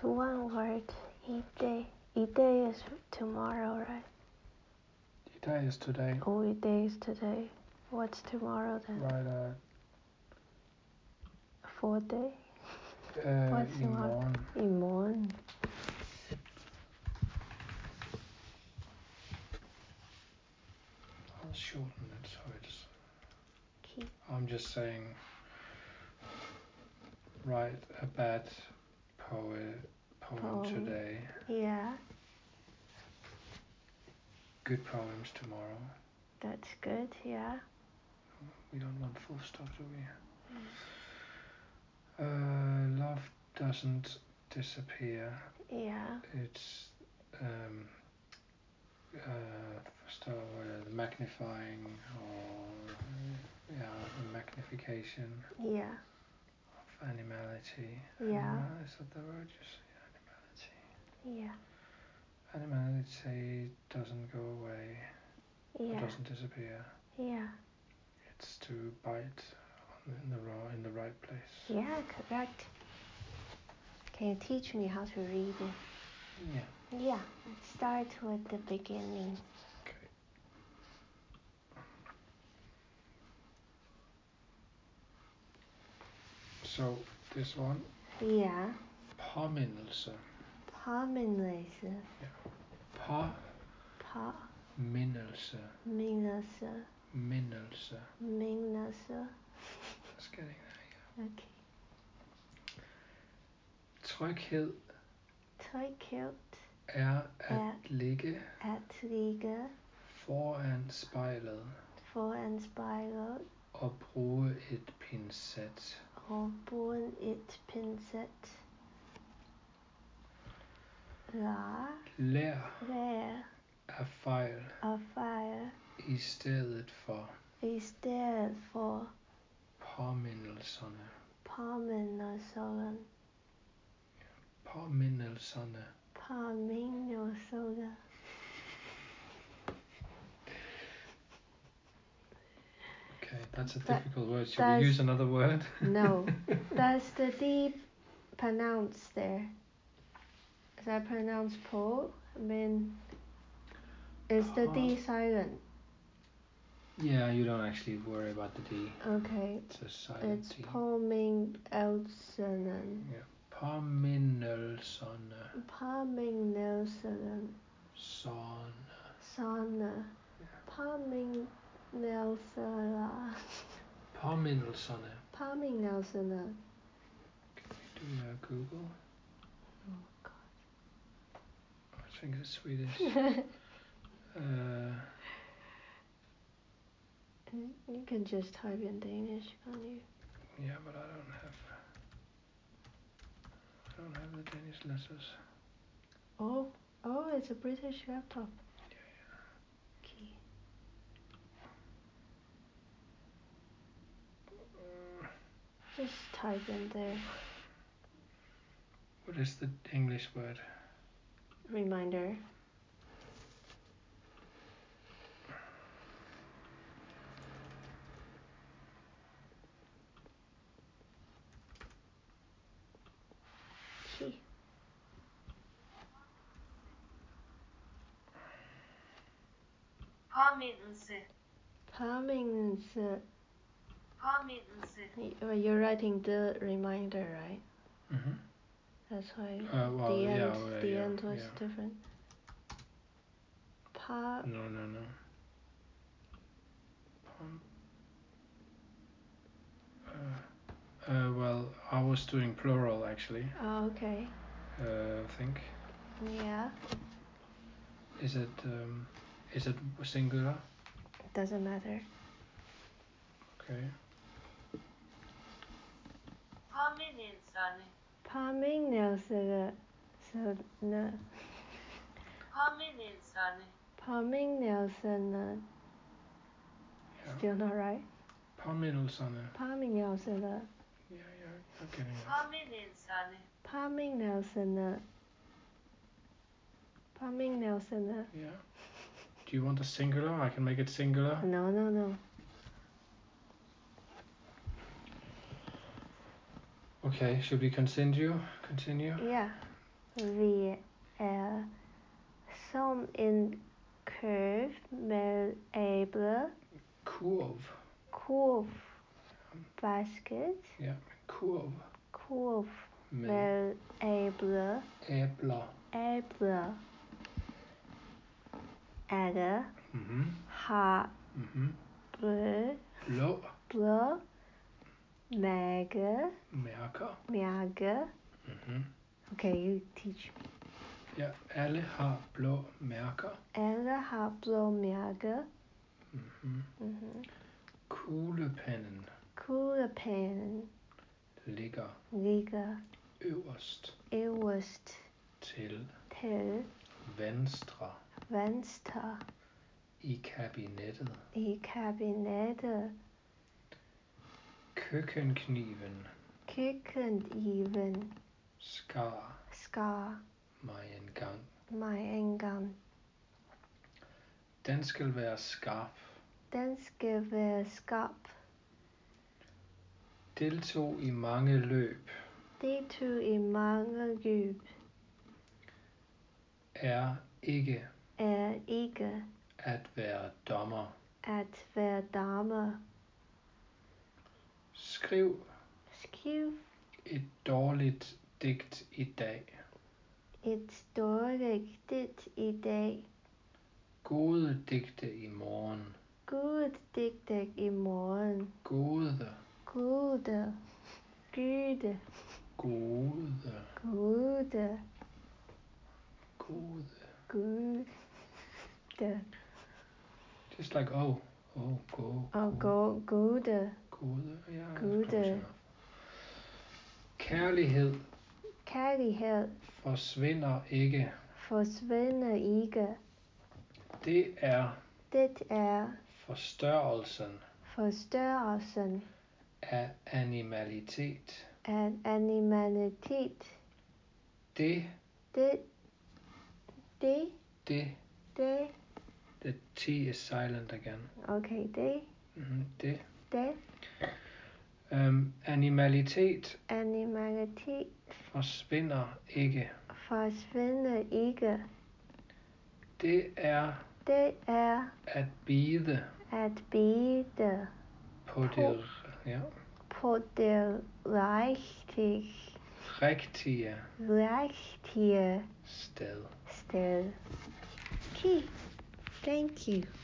to one word each day. Each day is tomorrow, right? Today is today. Only day is today. What's tomorrow then? Right, uh, Four day? uh, What's i tomorrow? morgen. I morgen. I'll shorten it so it's. Okay. I'm just saying. Write a bad poet poem Poem. today. Yeah, Good poems tomorrow. that's good. Yeah. We don't want full stop, do we? Hmm. Uh, love doesn't disappear. Yeah. It's um, uh, still uh, the magnifying or yeah, the magnification Yeah. of animality. Yeah. Animal- is that the word you say? Yeah. Animality. Animality doesn't go away. It Yeah. doesn't disappear. Yeah. It's to bite on- in the raw in the right place. Yeah, correct. Can you teach me how to read it? Yeah. Yeah, let's start with the beginning. Okay. So this one, Yeah. påmindelse. Påminnelse. Påmindelse. Påminnelse. Mindelse. Minnelse. That's getting there. yeah. Okay. Tryghed Tryghed er Ja. at ligge at ligge foran spejlet foran spejlet og bruge et pincet. og bruge et pincet. Lær, Lær lær af fejl og fejl i stedet for i stedet for påmindelserne. påmindelserne. Påmindelserne. Påmindelserne. Okay, that's a That- difficult word. Should that's- we use another word? No, that's the D pronounced there. Is that pronounced po? I mean, is the D silent? Yeah, you don't actually worry about the D. Okay, It's a silent it's D. påminnelserne. Påminnelserne. Påminnelserne. Son. Sanne. Påminnelserne. Påminnelserne. Påminnelserne. Do you know Google? Oh, I think it's Swedish. God. uh, you can just type in Danish, can't you? yeah, but I don't have. I don't have the Danish letters. Oh, oh, it's a British laptop. Okay. Just type in there. What is the English word? Reminder. Okay. Påmindelse. Påminnelse. Påmindelse. Y- well, uh, oh, You're writing the reminder, right? Mm-hmm. That's why Uh, well, the yeah, end, well, the yeah, end was yeah. different. Pa- No, no, no. Pom- Uh, uh, well, I was doing plural actually. oh, okay. Uh, I think Yeah. is it um, is it singular? Doesn't matter. Okay. Påmindelserne. Påminnelse. Så ne. Påmindelserne. Påminnelse. Yeah. Still not right. Påmindelserne. Påminnelse. Yeah, yeah, I'm getting it. Påmindelserne. Påminnelse. Påminnelse. Yeah. Do you want a singular? I can make it singular. No, no, no. Okay. Should we continue? Continue. Yeah. vì er som en kurv med æbler, Kurv. kurv, basket, Yeah. Kurv. kurv Med med æbler, æbler. æbler. Alle Mhm. har Mhm. blø, Blå. blå, mærke, Mærker. mærke. Mhm. Okay, you teach me. Ja, alle har blå mærker. Alle har blå mærke. Mhm. Mm-hmm. Kuglepennen Kuglepennen ligger ligger øverst øverst til til venstre venstre i kabinettet. i kabinettet. Køkkenkniven Køkkeniven skar skar mig en gang. mig engang. Den skal være skarp. Den skal være skarp. Deltog i mange løb. Det tog i mange løb Er ikke er ikke at være dommer. at være dame. Skriv Skriv et dårligt digt i dag. et dårligt digt i dag. Gode digte i morgen. Gud digte i morgen. Gode, Gode. Gode. gode, Gode. gode. Gode. Just like oh, oh, go. Og go, gode. Gode, ja. that's Gode. close enough. Kærlighed Kærlighed forsvinder ikke. forsvinder ikke. Det er Det er forstørrelsen forstørrelsen af animalitet. af animalitet. Det, Det, det, det, det, the T is silent again. okay, det, Mhm, det. det, Um, animalitet animalitet forsvinder ikke. forsvinder ikke. Det er Det er at bide at bide. på det ja, på det rigtig, rigtige rigtige sted. sted. Okay, thank you.